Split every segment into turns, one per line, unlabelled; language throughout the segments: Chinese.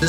时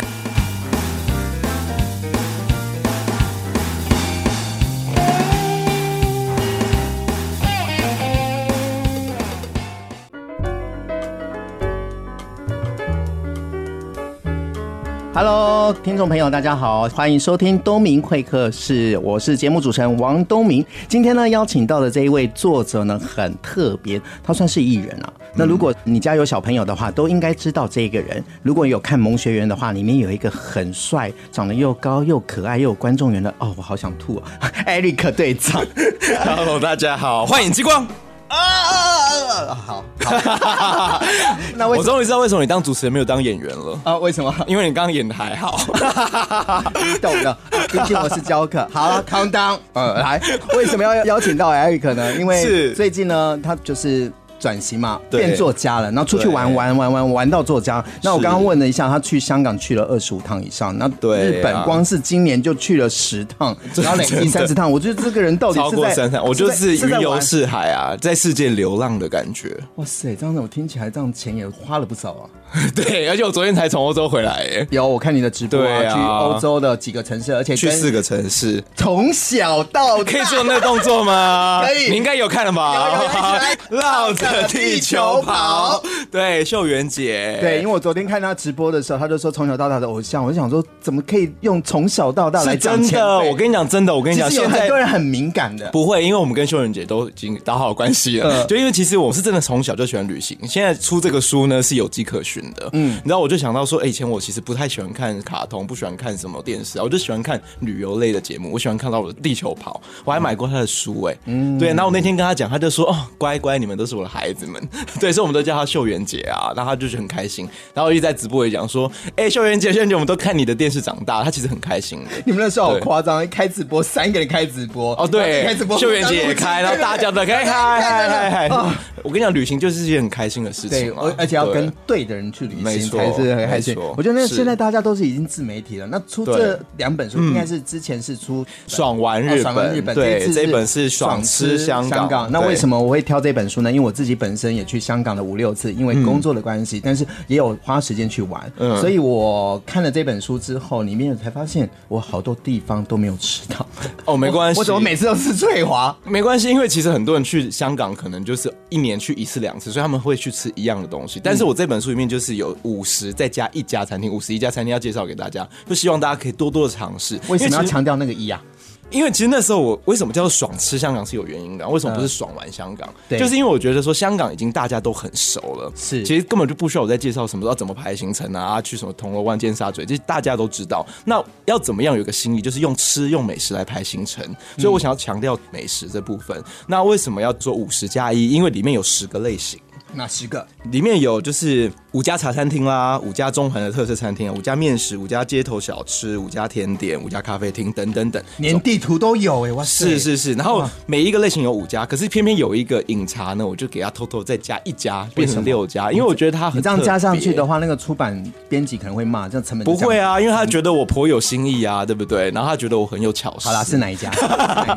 Hello，听众朋友，大家好，欢迎收听东明会客室，我是节目主持人王东明。今天呢，邀请到的这一位作者呢，很特别，他算是艺人啊。那如果你家有小朋友的话，都应该知道这个人。如果有看《萌学园》的话，里面有一个很帅，长得又高又可爱又有观众缘的，哦，我好想吐、哦、，Eric 队长。
Hello，大家好，幻影激光。
啊啊啊！好，好那为什么？
我终于知道为什么你当主持人没有当演员了，
啊，为什么？
因为你刚刚演的还好。
懂的，毕竟我是教课。好了，calm down，呃，来，为什么要邀请到 Eric 呢？因为
是
最近呢，他就是。转型嘛，
对
变作家了，然后出去玩
对
玩玩玩玩到作家。那我
是
刚刚问了一下，他去香港去了二十五趟以上，那
对
日本
啊
光是今年就去了十趟，然后累
真
计
的
三十趟。我觉得这个人到底
超
是
过
在
三三，我就是
在
鱼游。
在玩
四海啊，在世界流浪的感觉。
哇塞，这样子我听起来，这样钱也花了不少啊。
对，而且我昨天才从欧洲回来耶，
有，我看你的直播
对
啊，
啊
去欧洲的几个城市，而且
去
跟
四个城市，
从小到大
可以做那个动作吗？
可以
你应该有看了
有有有
吧
一起？
绕着地球跑，对，秀媛姐，
对，因为我昨天看他直播的时候，他就说从小到大的偶像，我就想说怎么可以用从小到大来
是
讲
真
前
的。
辈
我跟你讲，真的，我跟你讲，
其实有
现
很
在
多人很敏感的，
不会，因为我们跟秀媛姐都已经打好关系了。
嗯
就因为其实我是真的从小就喜欢旅行，现在出这个书呢是有迹可循的。嗯，然后我就想到说，哎、以前我其实不太喜欢看卡通，不喜欢看什么电视啊，我就喜欢看旅游类的节目。我喜欢看到我的地球跑，我还买过他的书、哎，嗯，对。然后我那天跟他讲，他就说，哦，乖乖，你们都是我的孩子们， 对，所以我们都叫他秀媛姐啊。然后他就是很开心，然后我一直在直播也讲说，哎、秀媛姐，秀媛姐，我们都看你的电视长大，他其实很开心的。
你们那时候好
对
夸张，开直播三个人开直播，
哦，对，
开直播，
秀媛姐也 开，然后大家都开，嗨嗨嗨嗨！我跟你讲，旅行就是一件很开心的事
哦对，
情嘛
而，而且要
对
跟对的人去旅
没
行
错
才是很开
没
心
错。
我觉得那
是
现在大家都是已经自媒体了，那出这
对嗯
两本书应该是之前是出
爽玩
哦
日
爽玩日本，
本，对，
次
这本是爽吃香港。
港。那
对
为什？么我会挑这本书呢？因为我自己本身也去香港了五六次，因为工作的关系，但是也有花时间去玩，
嗯
所以我看了这本书之后，里面才发现我好多地方都没有吃到。
哦， 没关系，
我怎么每次都吃翠华？
没关系，因为其实很多人去香港可能就是一年去一次两次，所以他们会去吃一样的东西。
嗯
但是我这本书里面就是有五十再加一家餐厅，五十一家餐厅要介绍给大家，就希望大家可以多多的尝试。
为什么要
因其实
强调那个一啊？
因为其实那时候我为什么叫做爽吃香港是有原因的，为什么不是爽玩香港？
嗯对
就是因为我觉得说香港已经大家都很熟了，
是
其实根本就不需要我再介绍什么要怎么排行程啊，啊去什么铜锣湾、尖沙咀，这大家都知道。那要怎么样有一个心意，就是用吃用美食来排行程，
嗯
所以我想要强调美食这部分。那为什么要做五十加一？因为里面有十个类型。
哪十个？
里面有就是五家茶餐厅啦，五家中环的特色餐厅啊，五家面食，五家街头小吃，五家甜点，五家咖啡厅等等等，
连地图都有哎、哇塞！
是是是，然后每一个类型有五家，可是偏偏有一个饮茶呢，我就给它偷偷再加一家，变成六家，因为我觉得它很
你这样加上去
特别
的话，那个出版编辑可能会骂，这样成本就
不
这样
会。啊，因为他觉得我颇有新意啊，对不对？然后他觉得我很有巧思。
好啦，是哪一家？是哪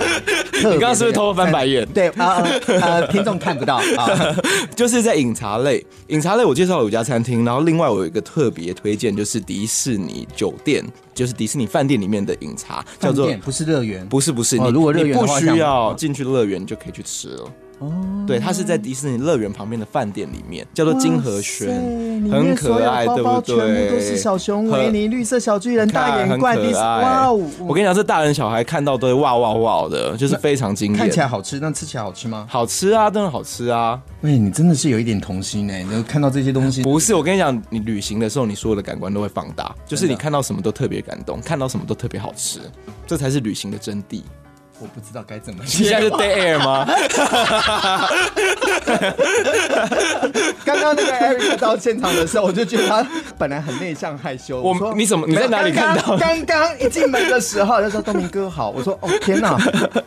一家
你刚刚是不是偷偷翻白眼
对啊，呃呃，听众看不到啊。
就是在饮茶类，饮茶类我介绍了五家餐厅，然后另外我有一个特别推荐，就是迪士尼酒店，就是迪士尼饭店里面的饮茶， 叫
饭
做
店不是乐园，
不是不是，
哦
你
如果乐
你
园的
不
话
需
想
要进去乐园就可以去吃了。哦，对，它是在迪士尼乐园旁边的饭店里面，叫做金河轩
哇塞，里
很
面所
可
有
爱，
包
对
包
不
全
对？
部都是小熊
很
维尼、绿色小巨人、大
看
眼怪、
很
迪士
可爱
哇哦！
我跟你讲，这大人小孩看到都会哇哇哇的，就是非常惊艳。
看起来好吃，但吃起来好吃吗？
好吃啊，当然好吃啊！
喂、你真的是有一点童心哎、你就看到这些东西，
不是，我跟你讲，你旅行的时候，你所有的感官都会放大，就是你看到什么都特别感动，看到什么都特别好吃，这才是旅行的真 谛。
我不知道该怎么
你现在
接
是。day air 吗？
刚刚那个 Eric 到现场的时候，我就觉得他本来很内向害羞。
我
我说
你怎么你在哪里
没有
看到
刚刚刚刚一进门的时候，他说：“东明哥好。”我说：“哦天哪，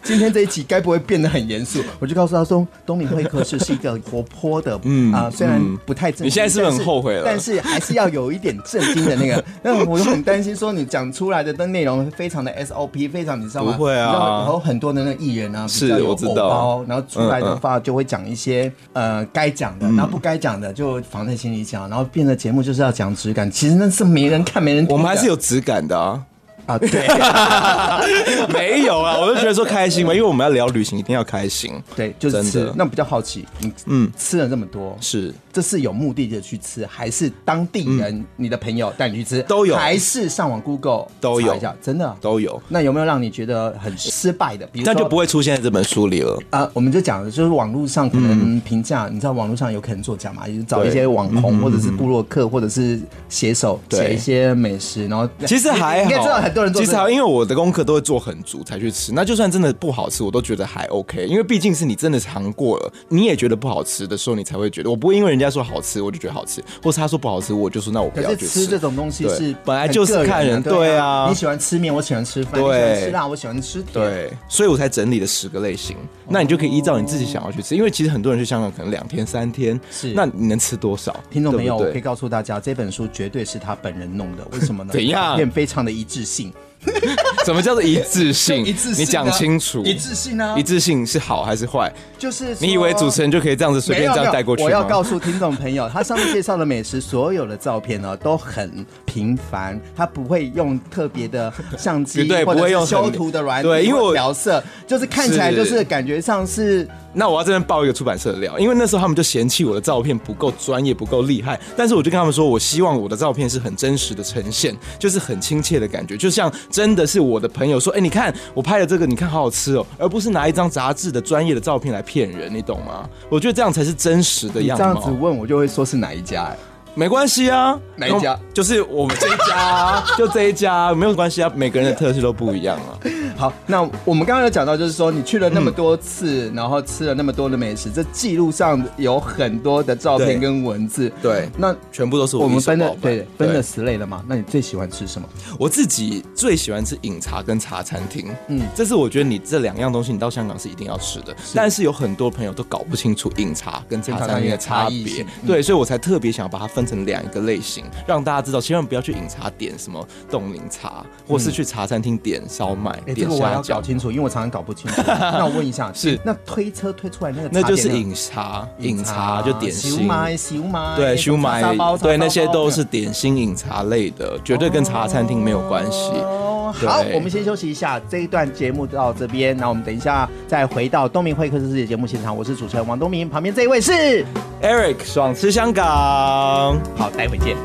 今天这一期该不会变得很严肃？”我就告诉他说：“东明会客室是一个活泼的，嗯啊、虽然不太正经，
你现在是不是很
但
后悔了
但是还是要有一点震惊 的那个。那我就很担心说你讲出来的内容非常的 SOP，非常你知道吗？
不会啊
你知道吗有很多的那个艺人啊，
是
比较有
我知
偶
道
包，然后出来
嗯
的
嗯
话就会讲一些、呃该讲的，然后不该讲的就放在心里讲，然后变得节目就是要讲质感，其实那是没人看没人听的
我们还是有质感的啊。
啊，对
没有啊，我就觉得说开心嘛，因为我们要聊旅行，一定要开心。
对，就是
真
吃
的。
那我比较好奇，你嗯吃了这么多，
是
这是有目的的去吃，还是当地人、你的朋友带你去吃
嗯都有
还是上网 Google
都有
查一下，真的啊
都有，
那有没有让你觉得很失败的？比如
但就
说
不会出现在这本书里了。
啊、我们就讲的就是网络上可
嗯
能评价，你知道网络上有可能作假嘛，就是找一些网红或者是部落客或者是写手
嗯对
写一些美食，然后
其实还好，
你应该知道很多人做
其
这
实
个
还好，因为我的功课都会做很足才去吃。那就算真的不好吃，我都觉得还 OK，因为毕竟是你真的尝过了，你也觉得不好吃的时候，你才会觉得。我不会因为人家说好吃，我就觉得好吃，或是他说不好吃，我就说那我不
可
要
是
去
吃
吃。
这种东西
对
是
本来
很
就是
个
看
的
人
对
对啊
你喜欢吃面，我喜欢吃饭；你
对
喜欢吃辣，我喜欢吃甜。，
对，所以我才整理了十个类型，那你就可以依照你自己想要去吃，因为其实很多人去香港可能两天三天，
是
那你能吃多少？
听众朋友，
对
我
不
可以
对
告诉大家，这本书绝对是他本人弄的。为什么呢？
怎样
卡片非常的一致性，
什么叫做一致性？
一致性啊
你讲清楚，
一致性啊
一致性是好还是坏？
就是说
你以为主持人就可以这样子随便这样带过去吗？
没有没有我要告诉听众朋友，他上面介绍的美食所有的照片呢都很平凡，他不会用特别的相机，
绝对
或者
不会
是
用很
修图的软体，
对因为我
调色，就是看起来就是感觉上是
那我要这边爆一个出版社的料，因为那时候他们就嫌弃我的照片不够专业、不够厉害，但是我就跟他们说，我希望我的照片是很真实的呈现，就是很亲切的感觉，就像真的是我的朋友说，哎、你看我拍的这个，你看好好吃哦，而不是拿一张杂志的专业的照片来骗人，你懂吗？我觉得这样才是真实的
你
样
这
貌。
样子问我就会说是哪一家、
哦
哎
没关系啊，
哪一家？
就是我们这一 家、啊，就这一家、啊，没有关系啊，每个人的特色都不一样啊。
好，那我们刚刚有讲到，就是说你去了那么多次，然后吃了那么多的美食，这记录上有很多的照
对
片跟文字。
对
那
全部都是我
我们
一手
分
包
了
办
对分了十类了嘛？那你最喜欢吃什么？
我自己最喜欢吃饮茶跟茶餐厅，嗯，这是我觉得你这两样东西你到香港是一定要吃的。但是有很多朋友都搞不清楚饮茶跟茶餐厅的
跟
差
茶餐厅的差异
别
性，
对，所以我才特别想要把它分成两个类型，让大家知道，千万不要去饮茶点什么冻柠茶，或是去茶餐厅点烧麦、
嗯哎、这
点
个我
虾
要
饺
搞，清楚，因为我常常搞不 清楚。那我问一下，
是
那推车推出来那个
那
茶
就是
点呢
饮茶，饮茶就点
小
心。
麦、小麦，
对，
什
修
么叉
买
烧包，叉烧
对
包
那些都是点心饮茶类的，绝对跟茶餐厅没有关系。
哦，好，
对
我们先休息一下，这一段节目到这边，那我们等一下再回到东明会客室的节目现场，我是主持人王东明，旁边这一位是，
Eric 爽吃香港。
好，待会见。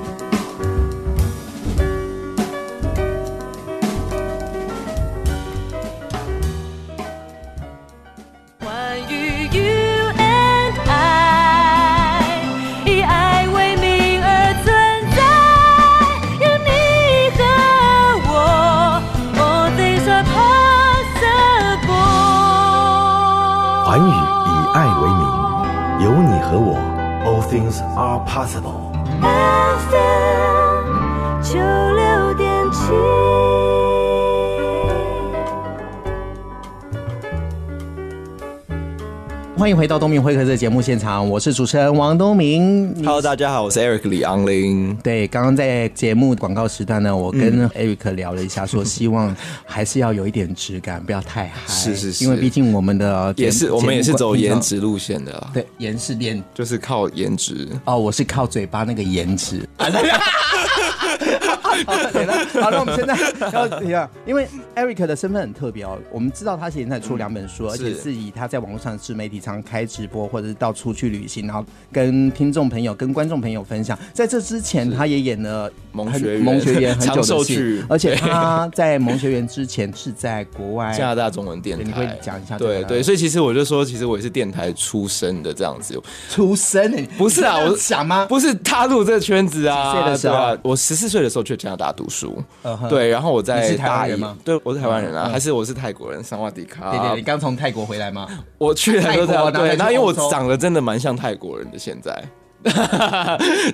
关于 You and I，以爱为名而存在，有你和我，All things are possible。
环宇以爱为名，有你和我，All things are possible。
FM 九六点七。
欢迎回到东明会客室的节目现场，我是主持人王东明。你
Hello，大家好，我是 Eric 李昂林。
对，刚刚在节目广告时段呢，我
嗯
跟 Eric 聊了一下， 说希望还是要有一点质感，不要太嗨。
是是是
因为毕竟我们的节
也是，我们也是走颜，
节目
值路线的啦，
对，颜是脸。
就是靠颜值。
哦，我是靠嘴巴那个颜值。好了，好了，我们现在要怎样？因为 Eric 的身份很特别哦，我们知道他现在出两本书，而且
嗯是
是以他在网络上的自媒体常开直播，或者是到处去旅行，然后跟听众朋友、跟观众朋友分享。在这之前，他也演了
萌
很
学园
萌学园很久
长寿
的戏
剧，
而且他在萌学园之前是在国外
加拿大中文电
哎
台，
对你会讲一下这个啊
对
吗
对，所以其实我就说，其实我也是电台出身的这样子，
出生的，
不是啊，
你
我
这样想吗？
不是踏入这个圈子啊，
几岁的时候
对啊我十四岁的时候去加拿大读书
嗯哼
对，然后我
你
在
是台湾
大一
人吗，嗯
对，我是台湾人啊，还是我是泰国人，桑瓦迪卡，
对对，对你刚从泰国回来吗？
哎我去了很多
泰国然
对，
后再去
然后因为我
欧洲
长得真的蛮像泰国人的，现在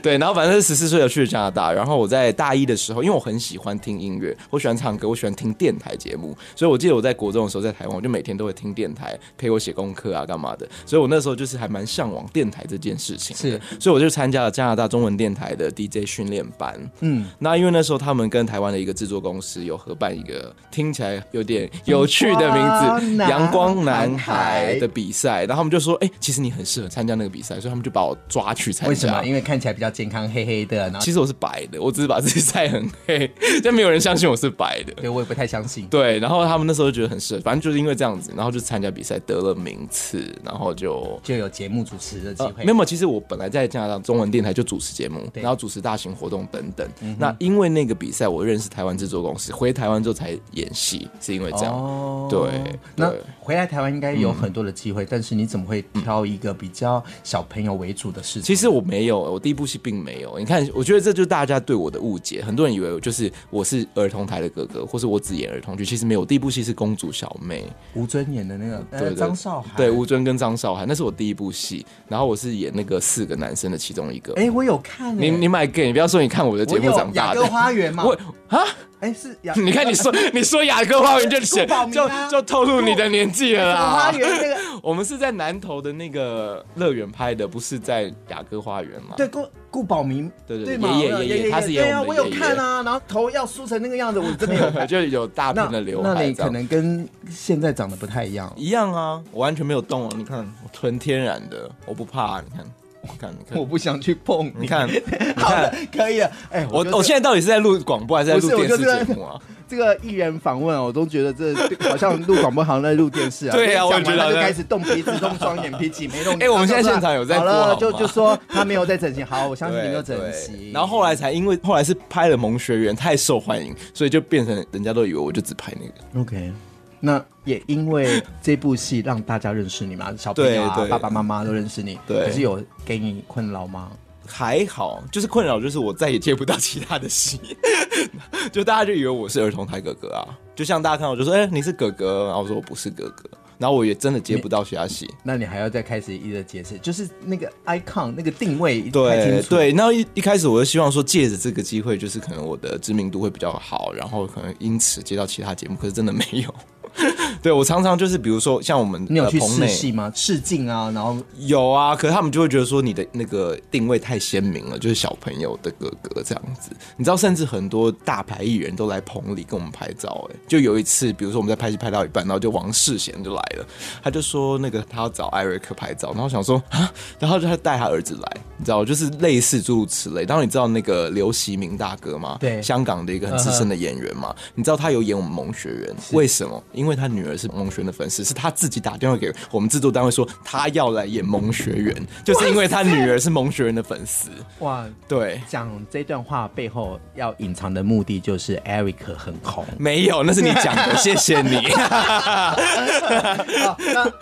对，然后反正十四岁就去了加拿大，然后我在大一的时候，因为我很喜欢听音乐，我喜欢唱歌，我喜欢听电台节目，所以我记得我在国中的时候在台湾，我就每天都会听电台陪我写功课啊干嘛的，所以我那时候就是还蛮向往电台这件事情的，所以我就参加了加拿大中文电台的 DJ 训练班，嗯，那因为那时候他们跟台湾的一个制作公司有合办一个听起来有点有趣的名字
阳光
“阳光男
男
孩
孩”
的比赛，然后他们就说，哎、其实你很适合参加那个比赛，所以他们就把我抓去参加，
为什么？因为看起来比较健康，黑黑的，然后
其实我是白的，我只是把自己晒很黑， 但没有人相信我是白的。
对我也不太相信。
对，然后他们那时候就觉得很适合，反正就是因为这样子，然后就参加比赛得了名次，然后就。
就有节目主持的机
呃，
会，
没有，没有其实我本来在加拿大中文电台就主持节目，
对嗯
然后主持大型活动等等。那因为那个比赛，我认识台湾制作公司，回台湾之后才演戏，是因为这样。
哦
对，
那
对嗯
回来台湾应该有很多的机会，但是你怎么会挑一个比较小朋友为主的事情？
其实我没有，我第一部戏并没有。你看，我觉得这就是大家对我的误解。很多人以为我就是我是儿童台的哥哥，或是我只演儿童剧，其实没有。我第一部戏是公主小妹，
吴尊演的那个呃
对对
张韶涵，
对，吴尊跟张韶涵，那是我第一部戏。然后我是演那个四个男生的其中一个。
哎，我有看欸，
你你买 gay，你不要说你看我的节
我
目
有
长
雅
大
歌
的。
花园嘛？
我啊，
哎是雅，
你看你说你说雅歌花园就显
顾宝明
就
啊
就透露你的年纪了
雅歌花
啦。
园那个
我们是在南投的那个乐园拍的，不是在雅歌花园嘛？
对顾顾宝明，
对对
对
爷
嘛
爷
我有
爷爷他是演
对啊，
我
我
们
有
爷爷
看啊，然后头要梳成那个样子，我真的有看。
就有大
那
片的刘
那
海
你
这
可
样。
能跟现在长得不太一 样，
一样啊，我完全没有动哦。你看，我纯天然的，我不怕、你看，你看，你看
我，不想去碰
你
你。
看，你
好的
看，，
可以了。哎，
我
觉得
我现在到底是在录广播还是在录
不是我
电
就
视
是
节目啊？
这个艺人访问，哦我都觉得这好像录广播，好像在录电视啊。
对啊
呀，
我也觉得好
就
像
开始动鼻子、动双眼皮、挤眉弄眼。
哎我们现在现场有在
好
播
了，
好
就
吗
就说他没有在整形，好，我相信你没有整
对
形。
然后后来才因为后来是拍了《萌学园》，太受欢迎，所以就变成人家都以为我就只拍那个。
，OK，那也因为这部戏让大家认识你嘛，小朋友啊
对、对
爸爸妈妈都认识你。
对
可是有给你困扰吗？
还好，就是困扰就是我再也接不到其他的戏， 就大家就以为我是儿童台哥哥啊，就像大家看到我就说，哎、你是哥哥，然后我说我不是哥哥，然后我也真的接不到其他戏。
那你还要再开始一直解释，就是那个 icon 那个定位太清
对
楚。
对，那一一开始我就希望说，借着这个机会，就是可能我的知名度会比较好，然后可能因此接到其他节目，可是真的没有。 对我常常就是，比如说像我们
你有
呃
去
棚
试
内
戏吗？试镜啊，然后
有啊，可是他们就会觉得说你的那个定位太鲜明了，就是小朋友的哥哥这样子。你知道，甚至很多大牌艺人都来棚里跟我们拍照、哎，就有一次，比如说我们在拍戏拍到一半，然后就王世贤就来了，他就说那个他要找艾瑞克拍照，然后我想说啊，然后就他带他儿子来，你知道，就是类似诸如此类。然后你知道那个刘习明大哥吗？
对
香港的一个很资深的演员嘛，你知道他有演我们萌学园，为什么？因为他女儿是萌学园的粉丝，是他自己打电话给我们制作单位说他要来演萌学园，就是因为他女儿是萌学园的粉丝。
哇，
对，
讲这段话背后要隐藏的目的就是 Eric 很 红。
没有，那是你讲的，谢谢你。
啊、那那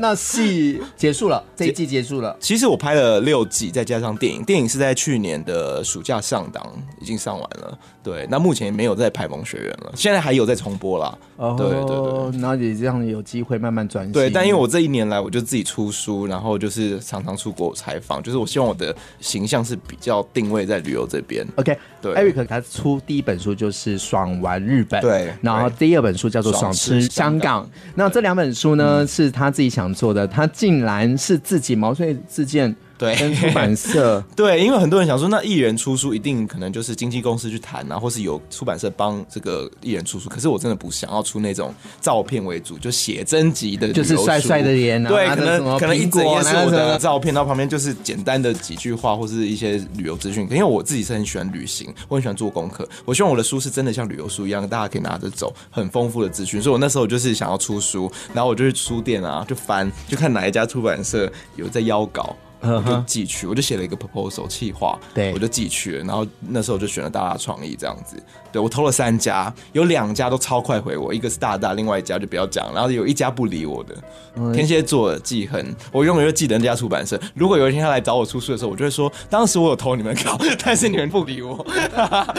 那戏结束了，这一季结束了。
其实我拍了六季，再加上电影，电影是在去年的暑假上档，已经上完了。对，那目前没有在拍萌学园了，现在还有在重播啦。 对对对。
哦然后也这样有机会慢慢转型。
对，但因为我这一年来，我就自己出书，然后就是常常出国采访，就是我希望我的形象是比较定位在旅游这边。
OK，
对
Eric 他出第一本书就是《爽玩日本》，
对
然后第二本书叫做《爽
爽
吃
吃
香
香港嗯
港》。那这两本书呢是他自己想做的，他竟然是自己毛遂自荐，
对
跟出版 社
对，因为很多人想说，那艺人出书一定可能就是经纪公司去谈啊，或是有出版社帮这个艺人出书。可是我真的不想要出那种照片为主，就写真集的旅游
就
书，
是帅帅的脸啊
对，
拿
可
着什么
能可能一
苹果啊
整页是
拿着
我
什么
的啊照片，然后旁边就是简单的几句话或是一些旅游资讯。因为我自己是很喜欢旅行，我很喜欢做功课，我希望我的书是真的像旅游书一样，大家可以拿着走，很丰富的资讯。所以我那时候就是想要出书，然后我就去书店啊，就翻，就看哪一家出版社有在邀稿。我就寄去，我就写了一个 proposal 企划，
嗯对
我就寄去了，然后那时候就选了大大创意这样子，对我投了三家，有两家都超快回我，一个是大大，另外一家就不要讲，然后有一家不理我的，天蝎座的记恨，我永远就记得那家出版社。如果有一天他来找我出书的时候，我就会说，当时我有投你们稿， 但是你们不理我。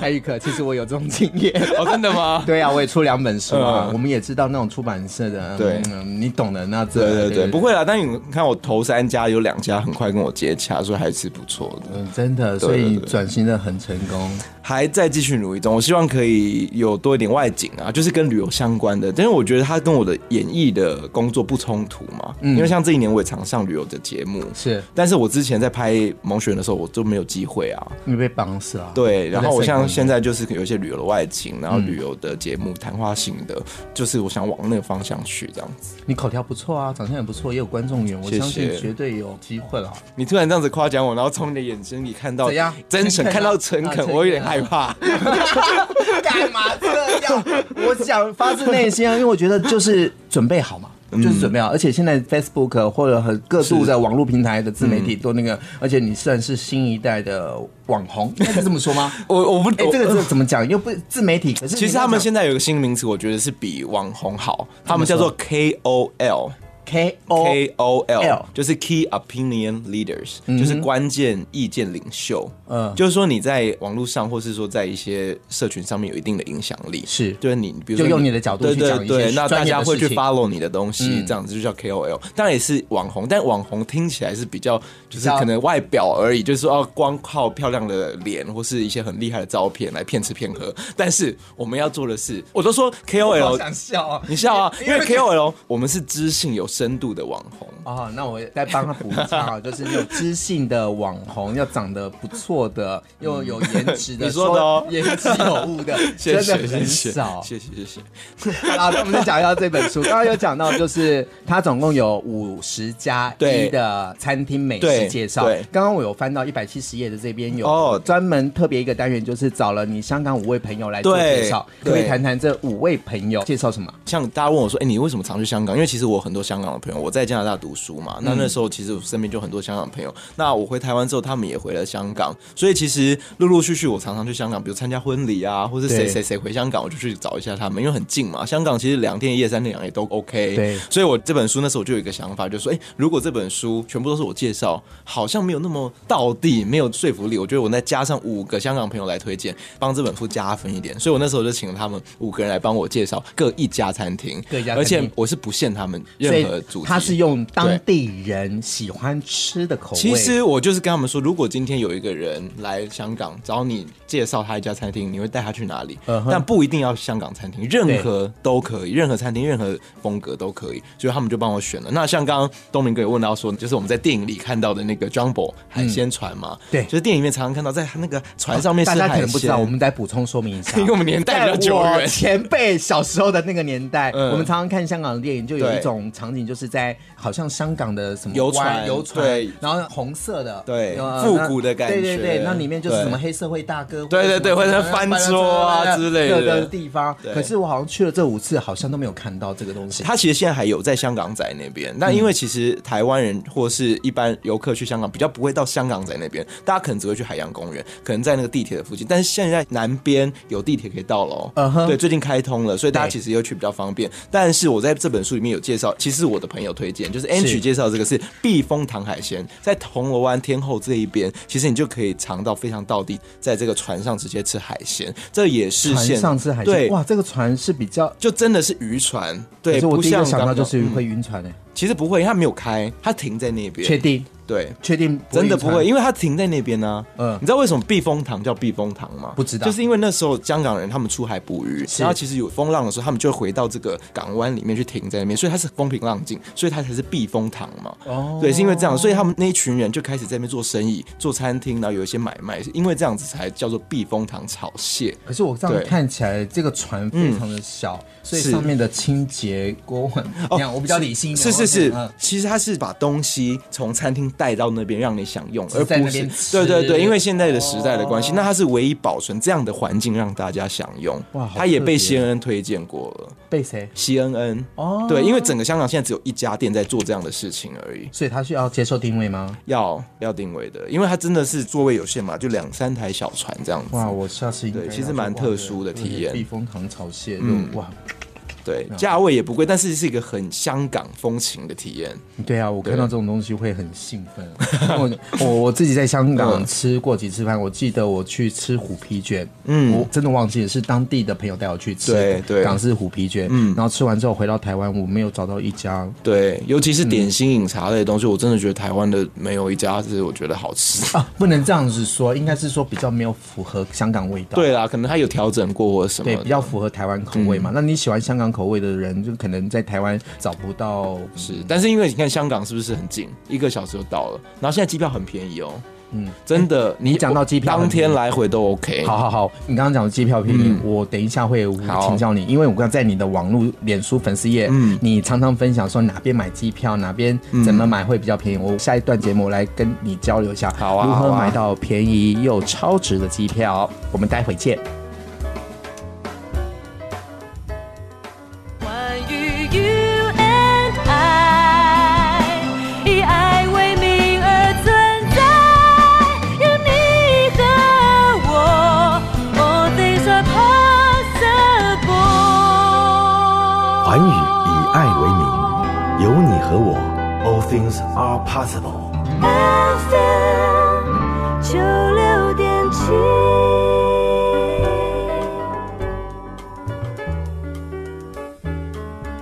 艾玉可，其实我有这种经验。
哦，真的吗？
对啊，我也出两本书啊，
嗯
我们也知道那种出版社的，
对
嗯你懂的那这，
对对对，不会啦。但你看我投三家，有两家很快跟我接洽，所以还是不错的，
嗯，真的，所
对
以
对对
转型的很成功。
还在继续努力中。我希望可以有多一点外景啊，就是跟旅游相关的。但是我觉得它跟我的演艺的工作不冲突嘛，因为像这一年我也常上旅游的节目，
嗯是
但是我之前在拍《萌选》的时候，我就没有机会啊。
你被绑死了，
对，然后我像现
在嗯
在就是有一些旅游的外景，然后旅游的节目、谈话型的，就是我想往那个方向去这样子。
你口条不错啊，长相也不错，也有观众缘，我
谢谢
相信绝对有机会了。
你突然这样子夸奖我，然后从你的眼睛里看到
怎样
真 诚，
诚恳啊
看到诚
啊
恳，
诚恳
我有点害怕。
干嘛这样？
我讲发自内心啊，因为我觉得就是准备好嘛。
嗯
就是准备好，而且现在 Facebook 或者很各度的网络平台的自媒体
嗯
都那个，而且你算是新一代的网红，应该是这么说 吗？
我我不，
哎、
我
这个这怎么讲？又不是自媒体，可是
其实他们现
在
在有一个新名词，我觉得是比网红好，他们叫做 KOL。
K O
K O
哦 L
L 就是 Key Opinion Leaders，、就是关键意见领袖。
嗯
嗯，就是说你在网络上，或是说在一些社群上面有一定的影响力。
是
就是你，比如说
就用你的角度
对
去
对
讲一些
对，那大
专业
家
的
会
事
去
情嗯
follow 你的东西，这样子就叫 K O L。当然也是网红，但网红听起来是比较就是
较
可能外表而已，就是说哦，光靠漂亮的脸或是一些很厉害的照片来骗吃骗喝。但是我们要做的是，我都说 K O
好
L
想笑啊！
你笑啊，因为
因为
KOL 我们是知性有深度的网红。
哦，那我再帮他补一下 啊，就是有知性的网红，要长得不错的，又有颜值的，
嗯你说的哦
言之有物的，
谢谢
真的
谢
很
谢
少。
谢谢谢谢，
好，那我们再讲一下这本书。刚刚有讲到，就是它总共有五十加一
对
的餐厅美食
对
介绍
对。
刚刚我有翻到一百七十页的这边有
哦
专门特别一个单元，就是找了你香港五位朋友来做
对
介绍。可不可以
对
谈谈这五位朋友介绍什么？
像大家问我说，哎、你为什么常去香港？因为其实我有很多香港的朋友，我在加拿大读书嘛，
嗯
那那时候其实我身边就很多香港朋友。那我回台湾之后，他们也回了香港，所以其实陆陆续续我常常去香港，比如参加婚礼啊，或是谁
对
谁谁回香港，我就去找一下他们，因为很近嘛。香港其实两天一夜、三天两夜都 OK。
对
所以我这本书那时候我就有一个想法，就是说，哎、如果这本书全部都是我介绍，好像没有那么到地，没有说服力。我觉得我再加上五个香港朋友来推荐，帮这本书加分一点。所以我那时候就请了他们五个人来帮我介绍各一家餐厅，
各一家餐厅
而且我是不限他们
所
任
以
何主题。
他是用当地人喜欢吃的口味。
其实我就是跟他们说，如果今天有一个人来香港找你介绍他一家餐厅，你会带他去哪里
嗯哼
但不一定要香港餐厅，任何都可以，任何餐厅、任何风格都可以。所以他们就帮我选了。那像刚刚东明哥也问到说，就是我们在电影里看到的那个 Jumbo 海鲜船嘛、
嗯对哦
就是电影里面常常看到，在他那个船上面是
大
海鲜，
家可能不知道，我们再补充说明一下。
因为我们年代比较久
在我
远。
前辈小时候的那个年代，
嗯
我们常常看香港的电影，就有
对
一种场景，就是在好像香港的什么
游船
湾游船，
对
然后红色的，
对
呃
复
那
古的感觉
对对对，那里面就是
对
什么黑社会大哥，
对对对
或者什么
会在翻桌啊
翻
之类的
的地方。
对
可是我好像去了这五次，好像都没有看到这个东西。
它其实现在还有在香港仔那边，但因
嗯
为其实台湾人或是一般游客去香港比较不会到香港仔那边，大家可能只会去海洋公园，可能在那个地铁的附近。但是现在南边有地铁可以到了、哦
嗯哼
对，最近开通了，所以大家
对
其实又去比较方便。但是我在这本书里面有介绍，其实我的朋友推荐，就是 Angie 介绍这个是避风塘海鲜，在铜锣湾天后这一边，其实你就可以尝到非常道地，在这个船上直接吃海鲜，这也是
船
现
上是海鲜，
对。
哇，这个船是比较，
就真的是渔船，
可
对，
是我
不
第一个
像
想到
刚刚
就是
嗯
会晕船诶，
其实不会，因为它没有开，它停在那边。
确？定
对，
确定
真的不会，
晕船，
因为它停在那边呢、
啊嗯
嗯，你知道为什么避风塘叫避风塘吗？
不知道
就是因为那时候香港人他们出海捕鱼，然后其实有风浪的时候，他们就会回到这个港湾里面去停在那边，所以它是风平浪静，所以它才是避风塘嘛。
哦
对，是因为这样，所以他们那一群人就开始在那边做生意、做餐厅，然后有一些买卖，是因为这样子才叫做避风塘炒蟹。
可是我这样
对嗯
看起来，这个船非常的小，所以
是
上面的清洁锅碗，你看我比较理性一点，
哦是是就是
嗯
其实他是把东西从餐厅带到那边让你享用，
只
而
是在
不
那
是
边吃哦
对对对，因为现在的时代的关系，那他是唯一保存这样的环境让大家享用
哇好。
他也
特别
被 CNN 推荐过了
被谁？
，CNN
哦
对，因为整个香港现在只有一家店在做这样的事情而已。
所以他需要接受定位吗？
要要定位的，因为它真的是座位有限嘛，就两三台小船这样子。
哇，我下次应该
对
要
其实
去
蛮
逛
特
这个
殊的
这
体
个
验
避风塘炒蟹，
嗯
嗯，哇，
对，价位也不贵，但是是一个很香港风情的体验。
对啊，我看
对
到这种东西会很兴奋。 因为我我我自己在香港
嗯
吃过几次饭，我记得我去吃虎皮卷，
嗯
我真的忘记了是当地的朋友带我去吃的，
对对
港式虎皮卷，
嗯
然后吃完之后回到台湾，我没有找到一家
对，尤其是点心饮茶类的东西，我真的觉得台湾的没有一家是我觉得好吃。
啊，不能这样子说，应该是说比较没有符合香港味道，
对啦，可能它有调整过或者什么
对，
的。
比较符合台湾口
嗯
味嘛。那你喜欢香港口味的人，就可能在台湾找不到
是，但是因为你看香港是不是很近，一个小时就到了，然后现在机票很便宜哦。嗯，真的，你
讲到机票
当
很便宜
天来回都 OK。
好，好好，你刚刚讲的机票便宜，我等一下会
嗯好
请教你，因为我刚在你的网络、脸书粉丝页，
嗯
你常常分享说哪边买机票，哪边怎么买会比较便宜。我下一段节目来跟你交流一下，
好啊
如
好
何
啊
买到便宜又超值的机票？我们待会见。
关于 you and I，以爱为名而存在，有你和我，All things are possible。
环宇以爱为名，有你和我，All things are possible。
FM 九六点七。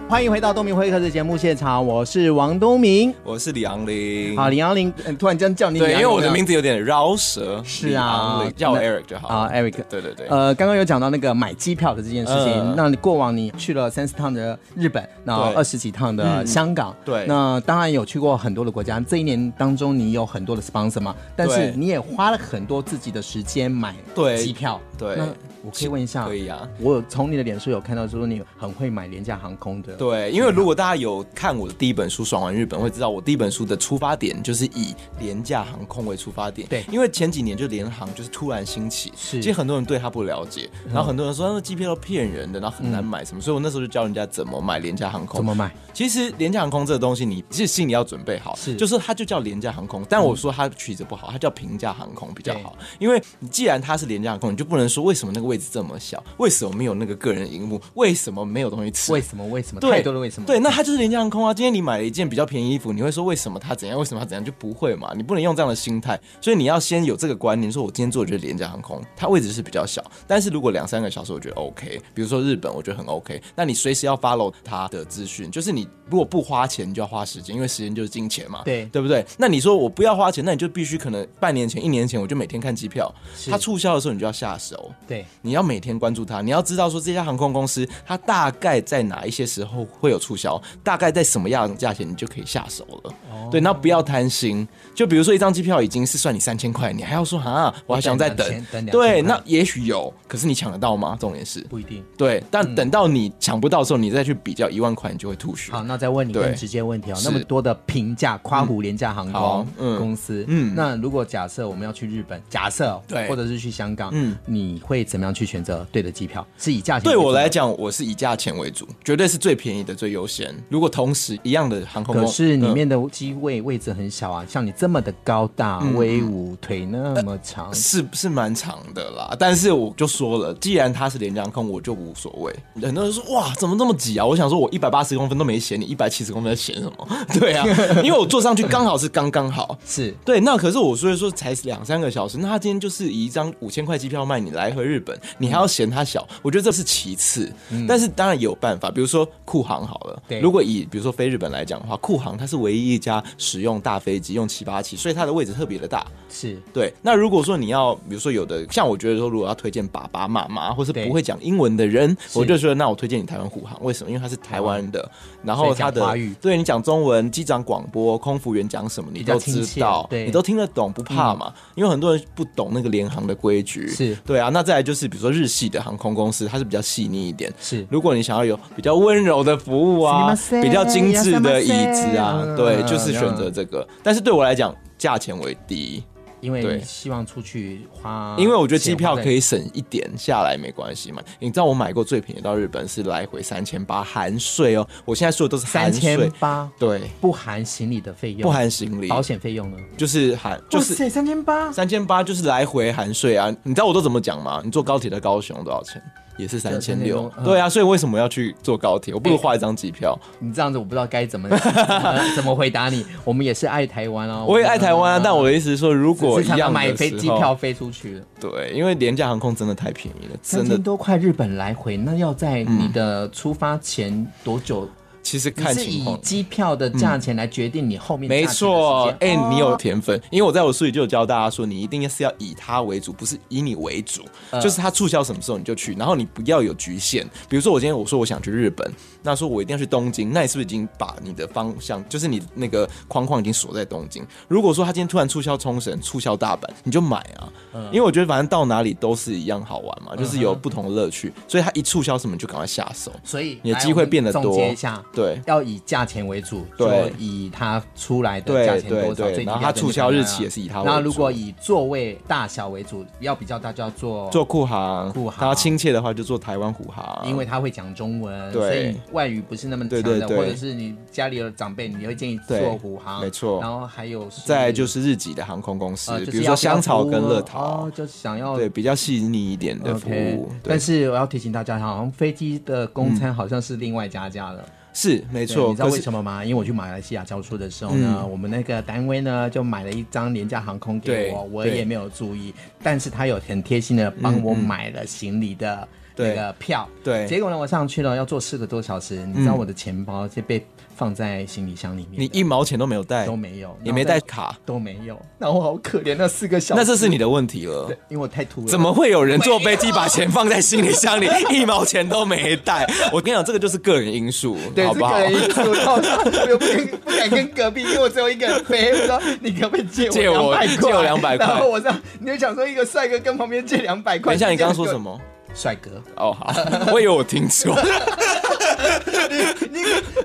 欢迎回到东明会客的节目现场，我是王东明。
我是李昂林。
好，李阳林、呃突然这样叫你李
嗯
昂
对，
林啊，
因为我的名字有点饶舌，
是
李
啊
昂林叫我
那
Eric 就好
啊
了。
，Eric，
对对对，
呃，刚刚有讲到那个买机票的这件事情，
嗯
那你过往你去了三四趟的日本，然后
对嗯
二十几趟的香港，
对
那当然有去过很多的国家。这一年当中，你有很多的 sponsor 嘛，但是
对
你也花了很多自己的时间买
对
机票。
对
那我可以问一下，
可以啊。
我有从你的脸书有看到说你很会买廉价航空的，，
对，因为如果大家有看我的第一本书《爽完日本》，会知道我第一本书的出发点就是以廉价航空为出发点。
对
因为前几年就联航就是突然兴起，
是嗯
其实很多人对它不了解，然后很多人说那机票都骗人的，然后很难买什么，所以我那时候就教人家怎么买廉价航空。
怎么买？
其实廉价航空这个东西，你是心里要准备好，
是嗯
就是它就叫廉价航空，但我说它取着不好，它叫平价航空比较好，因为你既然它是廉价航空，你就不能说为什么那个位置这么小，为什么没有那个个人荧幕，为什么没有东西吃，
为什么？为什么？
对，
太多的为什么？
对，那它就是廉价航空啊。今天你买了一件比较便宜衣服，你会说为什么它怎样，为什么它怎样，就不会嘛。你不能用这样的心态，所以你要先有这个观念，说我今天做的就是廉价航空，它位置是比较小，但是如果两三个小时，我觉得 OK。比如说日本，我觉得很 OK。那你随时要 follow 它的资讯，就是你如果不花钱，你就要花时间，因为时间就是金钱嘛，
对
对不对？那你说我不要花钱，那你就必须可能半年前、一年前我就每天看机票，它促销的时候你就要下手，
对，
你要每天关注它，你要知道说这家航空公司它大概在哪一些时候会有促销，大概在什么样的价钱你就可以下手了。对，那不要贪心。就比如说一张机票已经是算你三千块，你还要说啊，我还想再等
等两千等。两千块
对，那也许有，可是你抢得到吗？重点是，
不一定。
对，但等到你抢不到的时候，你再去比较一万块，你就会吐血。
好，那再问你
对
更直接问题哦，
是
那么多的平价夸虎廉价航
好
空
嗯
公司，
嗯
那如果假设我们要去日本，假设哦
对
或者是去香港，
嗯
你会怎么样去选择对的机票？是以价钱
对我来
为
讲，我是以价钱为主，绝对是最便宜的、最优先。如果同时一样的航空
主吗，
公
可
司，
是里
嗯
面的机位位置很小啊，像你这么的高大
嗯
威武，腿那么长，
是是蛮长的啦，但是我就说了，既然它是连江控，我就无所谓。很多人说哇，怎么这么挤啊？我想说，我一百八十公分都没嫌你，一百七十公分在嫌什么？ 对啊，因为我坐上去刚好是刚刚好。
是
对，那可是我所以说才两三个小时，那他今天就是以一张五千块机票卖你来回日本，你还要嫌它小，我觉得这是其次。但是当然也有办法，比如说库航好了，
对
如果以比如说飞日本来讲的话，库航它是唯一一家使用大飞机用七八七，所以它的位置特别的大。
是
对，那如果说你要，比如说有的，像我觉得说，如果要推荐爸爸妈妈或是
对
不会讲英文的人，我就说，那我推荐你台湾护航，为什么？因为它是台湾的，然
啊所
后
以讲
它的
华语
对你讲中文，机长广播、空服员讲什么，你
比较
都
亲
知
切
道，
对嗯
你都听得懂，不怕嘛？因为很多人不懂那个联航的规矩，
是
对啊。那再来就是是比如说日系的航空公司，它是比较细腻一点。
是
如果你想要有比较温柔的服务啊，
すみません
比较精致的椅子啊
嗯，
对，
嗯
就是选择这个。但是对我来讲，价钱为第一，
因为
对
你希望出去花，
因为我觉得机票可以省一点下来没关系嘛。你知道我买过最便宜到日本是来回三千八含税哦，我现在说的都是
三
含
千
税，
八，
对，
不含行李的费用，
不含行李，
保险费用呢？
就是含就是
三千八，
三千八就是来回含税啊！你知道我都怎么讲吗？你坐高铁到高雄多少钱？也是三千六
3600。嗯哎
对啊，所以为什么要去坐高铁？我不如花一张机票。
你这样子我不知道该怎么 怎么怎么回答你。我们也是爱台湾哦，
我也爱台湾啊，但我的意思是说，如果
只
一
是常
样
常
的
买飞
时候
机票，飞出去了，
对，因为廉价航空真的太便宜了，
三
真的
千多块日本来回，那要在你的出发前多久？
其实
你
看
是
情
以
况。
机票的价钱来决定你后面价
没
钱的时
错
间，
哎、
哦
你有甜粉，因为我在我书里就有教大家说，你一定是要以他为主，不是以你为主，
嗯
就是他促销什么时候你就去，然后你不要有局限。比如说我今天我说我想去日本，那说我一定要去东京，那你是不是已经把你的方向，就是你那个框框已经锁在东京？如果说他今天突然促销冲绳、促销大阪，你就买啊，
嗯
因为我觉得反正到哪里都是一样好玩嘛，就是有不同的乐趣，所以他一促销什么你就赶快下手，
所以
你的
来
机会变得
我们总
多
结一下，
对。
要以价钱为主，
对
就以它出来的
对
价钱多少，
对对
最低
然后
标
它
准就
促销日
可以了
期也是以它为
那如
主
果以座位大小为主，要比较大就要做
做酷航，
酷航
然后亲切的话就做台湾虎航，
因为他会讲中文，
嗯对
所以外语不是那么强的，
对对对
或者是你家里有长辈，你会建议
对
做虎航，
没错
然后还有是
再来就是日籍的航空公司，
呃，就是
比如说
要
香草跟乐
哦
桃，
就想要
对，比较细腻一点的服
OK
务。对嗯
但是我要提醒大家，好像飞机的公餐好像是另外加价了。
是没
对
错，
你知道
可
为
是嗯
什么吗？因为我去马来西亚教书的时候呢，我们那个单位呢就买了一张廉价航空给
对
我，我
对
也没有注意，但是他有很贴心的帮我买了行李的那
对
个票。
对嗯
结果呢，我上去了要坐四个多小时，你知道我的钱包就被放在行李箱里面的，
你一毛钱都没有带，
都没有，
也没带卡，
都没有，然后我好可怜，那四个小时，
那这是你的问题了。
因为我太突然，
怎么会有人坐飞机把钱放在行李 箱里，一毛钱都没带？我跟你讲，这个就是个人因素，
对，
好
是
不好
个？人因素，然后我又不跟不敢跟隔壁，因为我只有一个人飞，我说你可不可以借
借
我
我
两百块？
借我200块
然后我说，你就想说一个帅哥跟旁边借两百块，
等一下，你刚刚说 什？么？
帅哥，
哦，好，我以为我听错。
你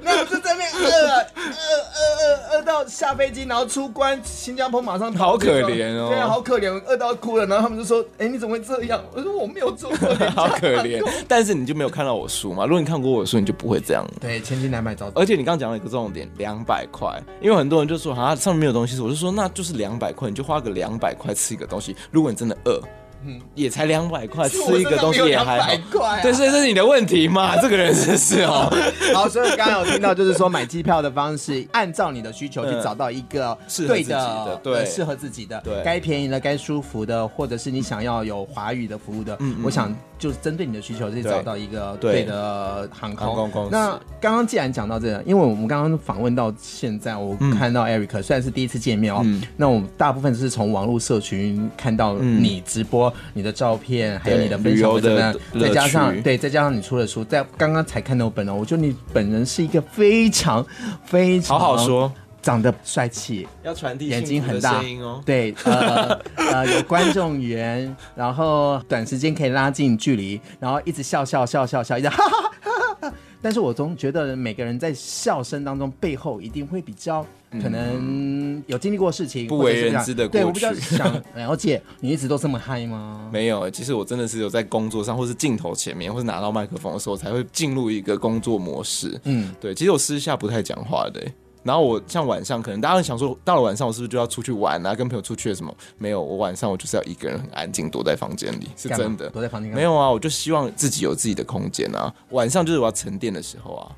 那我就在那边饿饿饿饿到下飞机，然后出关，新加坡马上
好可怜哦
对啊，好可怜，饿到哭了。然后他们就说，哎，你怎么会这样？我说我没有做过，
好可怜。但是你就没有看到我书嘛？如果你看过我的书，你就不会这样。
对，千金难买早知道。
而且你刚刚讲了一个重点，两百块，因为很多人就说啊上面没有东西吃，我就说那就是两百块，你就花个两百块吃一个东西。如果你真的饿，嗯，也才两百块，
是我
吃一个东西也还
真的
好
没有200块啊。
对，所以这是你的问题嘛？这个人真是 哦，
好，所以我刚刚有听到，就是说买机票的方式，按照你的需求去找到一个
嗯适合
对
自己的对
呃适合自己的，
对
该便宜的，该舒服的，或者是你想要有华语的服务的，我想就是针对你的需求去找到一个
嗯对
对的航空
航空公司
那刚刚既然讲到这个，因为我们刚刚访问到现在，我
嗯
看到 Eric 虽然是第一次见面哦，那我们大部分是从网络社群看到你直播、你的照片，还有
嗯对
你的分享
旅游的
文章
乐
再加上
趣
对。对，再加上你出了书，在刚刚才看到本人，我觉得你本人是一个非常非常
好好说，
长得帅气，
要传递
眼睛很大，对，呃呃，有观众缘，然后短时间可以拉近距离，然后一直笑笑笑笑笑，一直哈哈哈哈哈。但是我总觉得每个人在笑声当中背后一定会比较可能有经历过事情，
不
或者
为
是这
人
样
知的
对，我
过
比较
去
想了解，你一直都这么嗨吗？
没有，其实我真的是有在工作上，或是镜头前面，或是拿到麦克风的时候，才会进入一个工作模式。
嗯
嗯，对，其实我私下不太讲话的欸、然后我像晚上，可能大家会想说，哦到了晚上我是不是就要出去玩啊，跟朋友出去什么？没有，我晚上我就是要一个人很安静，躲在房间里，是
干嘛
真的。
躲在房间干嘛
没有啊，我就希望自己有自己的空间啊。晚上就是我要沉淀的时候啊。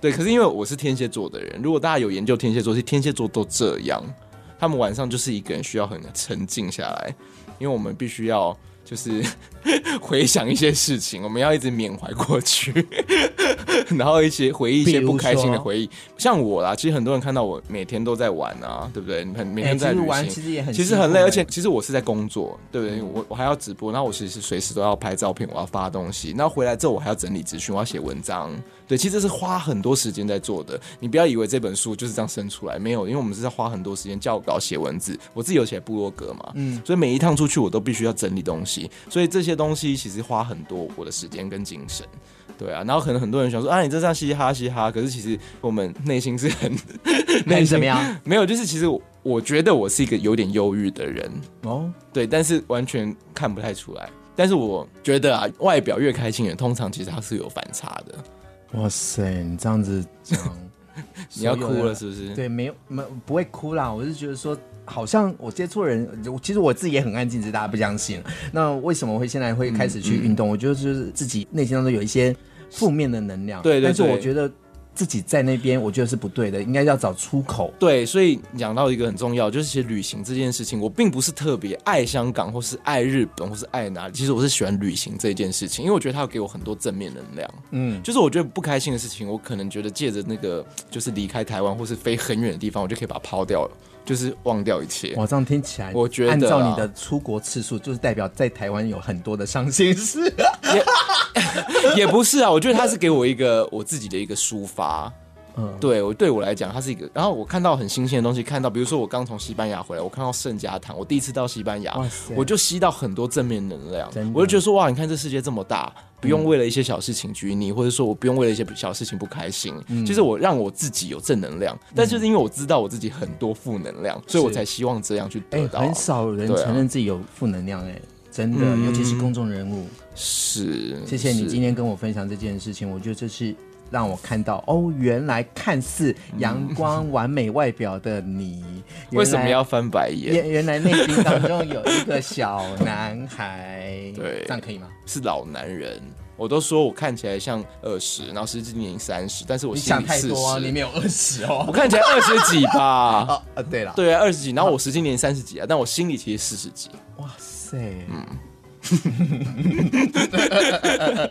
对，可是因为我是天蝎座的人，如果大家有研究天蝎座，其实天蝎座都这样，他们晚上就是一个人需要很沉静下来，因为我们必须要就是 回想一些事情，我们要一直缅怀过去， 然后一些回忆一
比
些
如说
不开心的回忆。像我啦，其实很多人看到我每天都在玩啊，对不对？很每
哎
天在
其
旅
实
行，
玩其实也很
其实很
辛苦
累，
哎嗯
而且其实我是在工作，对不对？我我还要直播，然后我其实是随时都要拍照片，我要发东西，然后回来之后我还要整理资讯，我要写文章，对，其实这是花很多时间在做的。你不要以为这本书就是这样生出来，没有，因为我们是在花很多时间校稿、写文字。我自己有写部落格嘛，嗯，所以每一趟出去我都必须要整理东西，所以这些东西其实花很多我的时间跟精神。对啊，然后可能很多人想说啊，你这样嘻哈嘻哈，可是其实我们内心是很 内
很
心
怎么样？
没有，就是其实我我觉得我是一个有点忧郁的人，
哦，
对，但是完全看不太出来。但是我觉得啊，外表越开心的人，通常其实他是有反差的。，
哇塞，你这样子讲
你要
所
哭
有的
了是不是？
对，没有没不会哭啦，我是觉得说，好像我接触的人，我其实我自己也很安静，只是大家不相信。那为什么会现在会开始去
嗯
运动？我觉得就是自己内心当中有一些负面的能量，
对对
但是
对
我觉得自己在那边，我觉得是不对的，应该要找出口。
对，所以讲到一个很重要，就是其实旅行这件事情，我并不是特别爱香港，或是爱日本，或是爱哪里。其实我是喜欢旅行这件事情，因为我觉得它有给我很多正面能量。
嗯，
就是我觉得不开心的事情，我可能觉得借着那个，就是离开台湾或是飞很远的地方，我就可以把它抛掉了，就是忘掉一切。
我这样听起来，
我觉得啊
按照你的出国次数，就是代表在台湾有很多的伤心 事。
也不是啊，我觉得它是给我一个我自己的一个抒发。
嗯
对我对我来讲，它是一个。然后我看到很新鲜的东西，看到比如说我刚从西班牙回来，我看到圣家堂，我第一次到西班牙
哇塞，
我就吸到很多正面能量
真的，
我就觉得说哇，你看这世界这么大，不用为了一些小事情拘泥，或者说我不用为了一些小事情不开心。
嗯
其实我让我自己有正能量，但就是因为我知道我自己很多负能量，所以我才希望这样去
哎、
得到。
很少人
对啊
承认自己有负能量、哎，真的，
嗯
尤其是公众人物。
是，
谢谢你
是
今天跟我分享这件事情，我觉得这是让我看到哦，原来看似阳光完美外表的你，原来
为什么要？翻白眼？
原原来内心当中有一个小男孩，
对
这样可以吗？
是老男人。我都说我看起来像二十，然后实际年龄三十，但是我
你
心
想
里
太
四
多啊，你
十。
没有二十
我
哦。
看 起来二十几吧？
哦，呃，对了，，
对啊，二十几。然后我实际年龄三十几啊，但我心里其实四十几。
哇塞，
嗯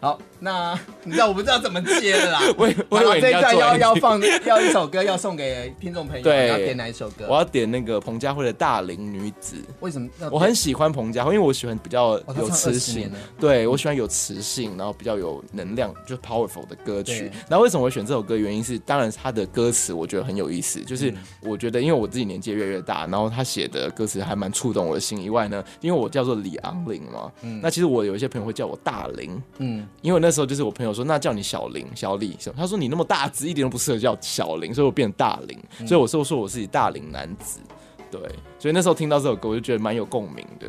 好，那你知道我不知道怎么接了啦。
我以我以
好
为
这
你
一段
做
要
一
要
句
放要一首歌要送给听众朋友，
对
你要点哪一首歌？
我要点那个彭佳慧的《大龄女子》。
为什么要点？
我很喜欢彭佳慧，因为我喜欢比较
哦她
有
唱
磁
20
性
年了，
对我喜欢有磁性，然后比较有能量，就是 powerful 的歌曲
对。
那为什么我选这首歌？原因是，当然她的歌词我觉得很有意思，就是
嗯
我觉得因为我自己年纪越来越大，然后她写的歌词还蛮触动我的心。以外呢，因为我叫做李昂林嘛，那其实我有一些朋友会叫我大林，
嗯，
因为我那时候就是我朋友说，那叫你小林、小李什么？他说你那么大只，一点都不适合叫小林，所以我变成大林，
嗯
所以我说说我自己大龄男子。对，所以那时候听到这首歌，我就觉得蛮有共鸣的。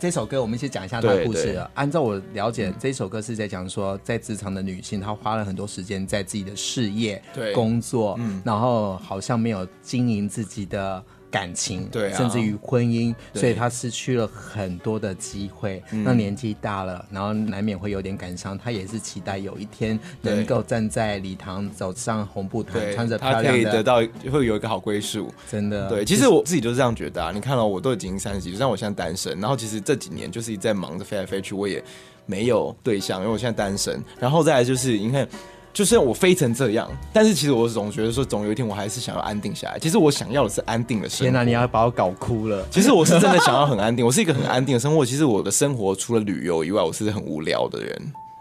这首歌我们先讲一下它的故
对
事啊
对。
按照我了解，这首歌是在讲说，在职场的女性，她花了很多时间在自己的事业、
对嗯
工作，然后好像没有经营自己的。感情，
对啊
甚至于婚姻，
对嗯
所以她失去了很多的机会。那年纪大了，然后难免会有点感伤。她也是期待有一天
对
能够站在礼堂，走上红布毯，啊穿着漂
他
亮
可以
的，
得到会有一个好归宿。
真的
对，其实我自己就是这样觉得啊。你看哦，我都已经三十几，虽然我现在单身，然后其实这几年就是一直在忙着飞来飞去，我也没有对象，因为我现在单身。然后再来就是，你看，就是我飞成这样，但是其实我总觉得说，总有一天我还是想要安定下来。其实我想要的是安定的生
天哪、
活。
你要把我搞哭了。
其实我是真的想要很安定，我 是一个很安定的生活。其实我的生活除了旅游以外，我是很无聊的人。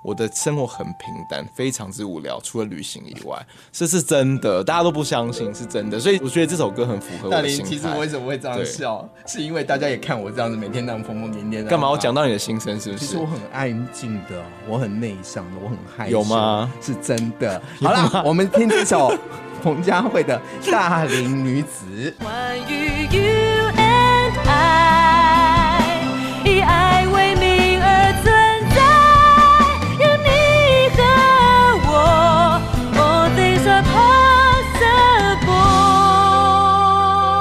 我的生活很平淡，非常之无聊，除了旅行以外，这是真的，大家都不相信是真的。所以我觉得这首歌很符合我
大
的
林，
心态。
其实我为什么会这样
对
笑，是因为大家也看我这样子每天那样疯疯癫癫的。
干嘛？我讲
到，
到你的心声是不
其
是
实我？很安静的，我很内向的，我很害羞。
有吗？
是真 的。好啦，我们听这首 彭佳慧的《大龄女子》。
关于 you and I，以爱为名而存在，有你和我，All things are possible。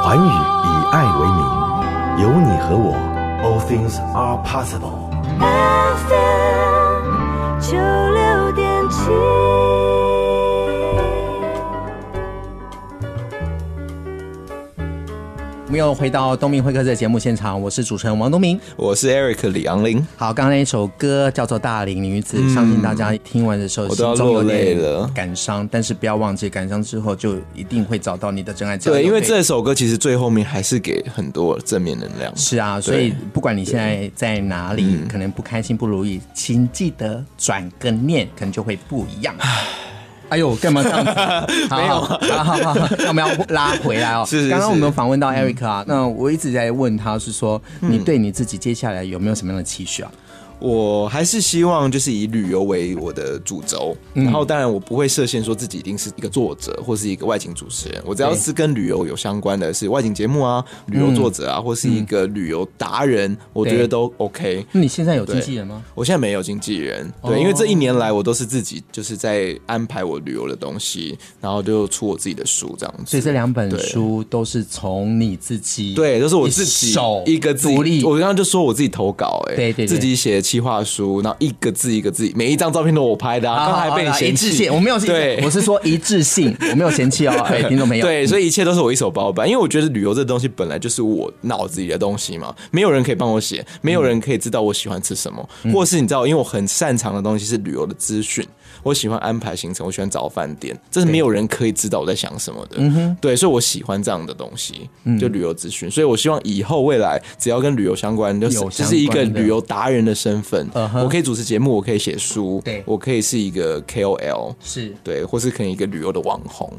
环宇以爱为名，有你和我，All things are possible。
FM 九六点七。
你们又回到东明会客室的节目现场，我是主持人王东明。
我是 Eric 李昂林，
好，刚刚那一首歌叫做《大龄女子》，相信大家听完的时候
嗯我都要
心中有点
落泪了
感伤，但是不要忘记，感伤之后就一定会找到你的真爱。
对，因为这首歌其实最后面还是给很多正面能量。
是啊，所以不管你现在在哪里，
嗯
可能不开心、不如意，请记得转个念，可能就会不一样。哎呦，干嘛这 样子？好
没有
好好好好，那我们要拉回来哦。
是是
刚刚我
是嗯
们有访问到 Eric 啊，那我一直在问他是说，你对你自己接下来有没有什么样的期许啊？
我还是希望就是以旅游为我的主轴，
嗯
然后当然我不会设限说自己一定是一个作者或是一个外景主持人，我只要是跟旅游有相关的是外景节目
嗯
啊、旅游作者啊，或是一个旅游达人，我觉
对
得都 OK。
那你现在有经
对
纪人吗？
我现在没有经纪人，
哦
对，因为这一年来我都是自己就是在安排我旅游的东西，然后就出我自己的书这样子。
所以这两本
对
书都是从你自己
对，都是我自己
手
一个自己
独立，
我刚刚就说我自己投稿、哎，
对对对
自己写企划书，然后一个字一个字，每一张照片都我拍的、啊，
好
刚
好
才
好
还被你
好一
嫌
致
弃
性，，我没有嫌弃，
对
我是说一致性，我没有嫌弃哦，哎，听众朋友，
对，所以一切都是我一手包办，因为我觉得旅游这东西本来就是我脑子里的东西嘛，没有人可以帮我写，没有人可以知道我喜欢吃什么，
嗯
或者是你知道，因为我很擅长的东西是旅游的资讯，我喜欢安排行程，我喜欢找饭店，这是没有人可以知道我在想什么的。
嗯
对，所以我喜欢这样的东西，就旅游资讯。所以我希望以后未来只要跟旅游相关，就是
有
就
相关的
是一个旅游达人的身份，
嗯哼
我可以主持节目，我可以写书，
对
我可以是一个 KOL。
是
对，或是可能一个旅游的网红，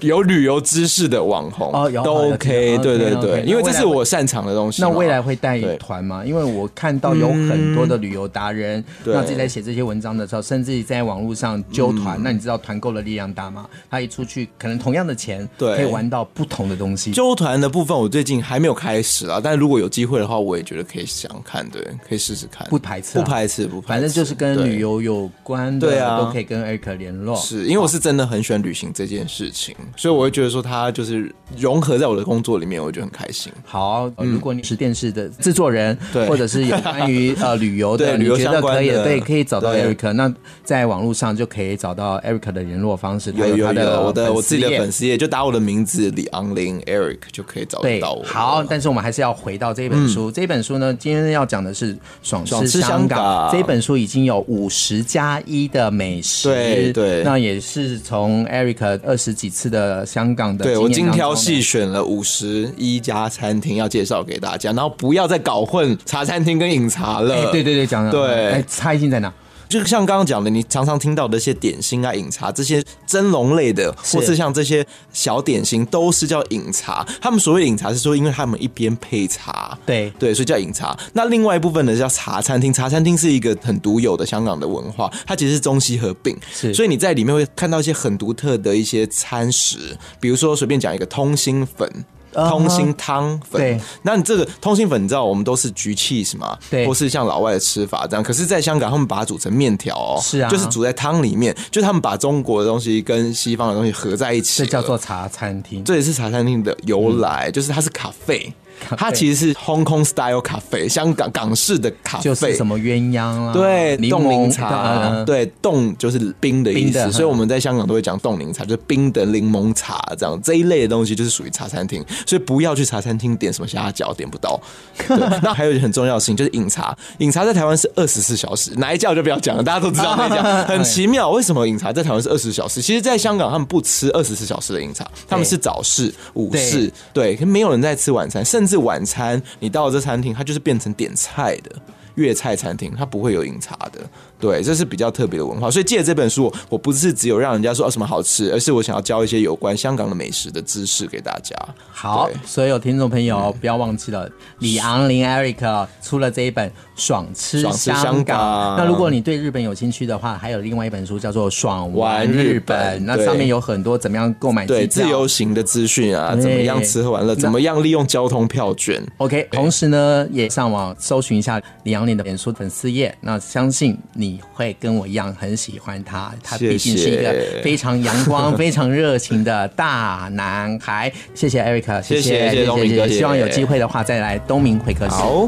有旅游知识的网红
哦有好
都
的这
OK，
个
对对
OK，OK，
对，
那
因为这
未来
是
会
我擅长的东西
那
嘛。
未来会带
啊对嗯
团吗？因为我看到有很多的旅游达人，
对
那自己在写这些文章的时候，甚至在网络上揪
嗯
团，那你知道团购的力量大吗？他一出去，可能同样的钱，
对
可以玩到不同的东西。
纠团的部分，我最近还没有开始啊，但如果有机会的话，我也觉得可以想看，对，可以试试看，
不排斥啊
不排斥，不排斥，
反正就是跟
对
旅。游有关的，
对啊
都可以跟 Eric 联络。
是因为我是真的很喜欢旅行这件事情，所以我会觉得说它就是融合在我的工作里面，我就很开心。
好，呃如果你是电视的制作人，
嗯对
或者是有关 于呃旅游的，
对
你
旅游
觉得
相关
可以
的
对，可以找到
对
Eric。那在网络上就可以找到 Eric 的联络方式，他
有
他
有有，我的
粉丝
我自己的
页
粉丝页就打我的名字李昂林 Eric 就可以找得
对
到我。，嗯
好，但是我们还是要回到这本书。这本书呢，今天要讲的是《爽
爽
吃
吃
香
香
港》
港
这本书已经有五十加一的美食，
对对
那也是从 Eric 二十几次的香港的
对
经
我
验
精
当
挑
中呢
细选了五十一家餐厅要介绍给大家，然后不要再搞混茶餐厅跟饮茶了。
哎，对对对，讲的
对
哎，差异性在哪？
就像刚刚讲的，你常常听到的一些点心啊、饮茶这些蒸笼类的，或是像这些小点心，都是叫饮茶。他们所谓的饮茶是说，因为他们一边配茶，
对
对，所以叫饮茶。那另外一部分呢叫茶餐厅，茶餐厅是一个很独有的香港的文化，它其实是中西合并，
是
所以你在里面会看到一些很独特的一些餐食，比如说随便讲一个通心粉。
啊哈
通心汤粉
对
那你这个通心粉，你知道我们都是焗 cheese 嘛，
对
或是像老外的吃法这样。可是，在香港，他们把它煮成面条哦，
是啊
就是煮在汤里面，就是他们把中国的东西跟西方的东西合在一起
这
了，
叫做嗯茶餐厅。
这也是茶餐厅的由来，就是它是咖啡，它其实是 Hong Kong style 咖啡，香港港式的咖啡，
就是什么鸳鸯啦，
对，
啊柠
冻
檬
柠茶，
呃
对，冻就是冰的意
冰的嗯
思，所以我们在香港都会讲冻柠茶，就是冰的柠檬茶这样这一类的东西，就是属于茶餐厅，所以不要去茶餐厅点什么虾饺，点不到。 对那还有一件很重要的事情就是饮茶，饮茶在台湾是二十四小时，哪一家我就不要讲了，大家都知道那 一家，很奇妙，为什么饮茶在台湾是二十小时？其实，在香港他们不吃二十四小时的饮茶，他们
对
是早市、午市，对，可没有人在吃晚餐，甚至晚餐你到了这餐厅，它就是变成点菜的。粤菜餐厅，它不会有饮茶的。对，这是比较特别的文化。所以借这本书，我我不是只有让人家说哦什么好吃，而是我想要教一些有关香港的美食的知识给大家。
好
对，
所有听众朋友不要忘记了，李昂林 Eric 哦出了这一本《爽吃
爽吃
香港》
香港
那如果你对日本有兴趣的话，还有另外一本书叫做《爽玩
玩
日
日
本
本》，
那
对
上面有很多怎么样购买机
对，
票
自由行的资讯啊，
对
怎么样吃喝玩乐，怎么样利用交通票券。
OK，同时呢，也上网搜寻一下李阳林的脸书粉丝页。那相信你会跟我一样很喜欢他，他
谢谢
毕竟是一个非常阳 光、非常热情的大男孩。谢谢 Eric，
谢谢
谢
谢谢东明哥谢谢
希望有机会的话再来东明会客室。
好，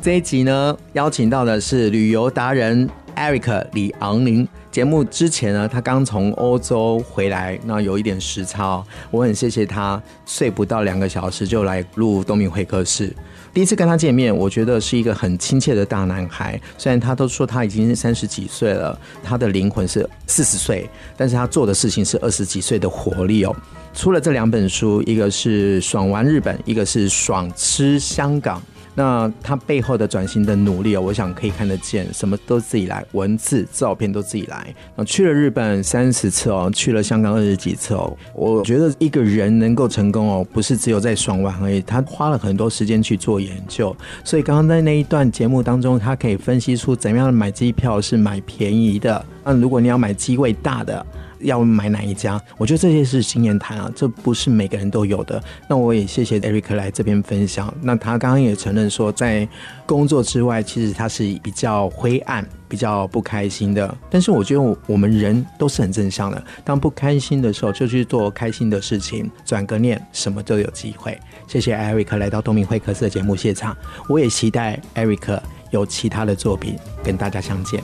这一集呢，邀请到的是旅游达人。 Eric 李昂林。节目之前呢，他刚从欧洲回来，那有一点时差哦，我很谢谢他，睡不到两个小时就来录东明会客室。第一次跟他见面，我觉得是一个很亲切的大男孩。虽然他都说他已经三十几岁了，他的灵魂是四十岁，但是他做的事情是二十几岁的活力哦。出了这两本书，一个是《爽玩日本》，一个是《爽吃香港》。那他背后的转型的努力哦，我想可以看得见，什么都自己来，文字、照片都自己来。啊，去了日本三十次哦，去了香港二十几次哦。我觉得一个人能够成功哦，不是只有在爽玩而已，他花了很多时间去做研究。所以刚刚在那一段节目当中，他可以分析出怎么样买机票是买便宜的。那如果你要买机位大的，要买哪一家？我觉得这些是经验谈啊，这不是每个人都有的。那我也谢谢 Eric 来这边分享。那他刚刚也承认说，在工作之外，其实他是比较灰暗、比较不开心的。但是我觉得我我们人都是很正向的，当不开心的时候，就去做开心的事情，转个念，什么都有机会。谢谢 Eric 来到东明会客室的节目现场，我也期待 Eric 有其他的作品跟大家相见。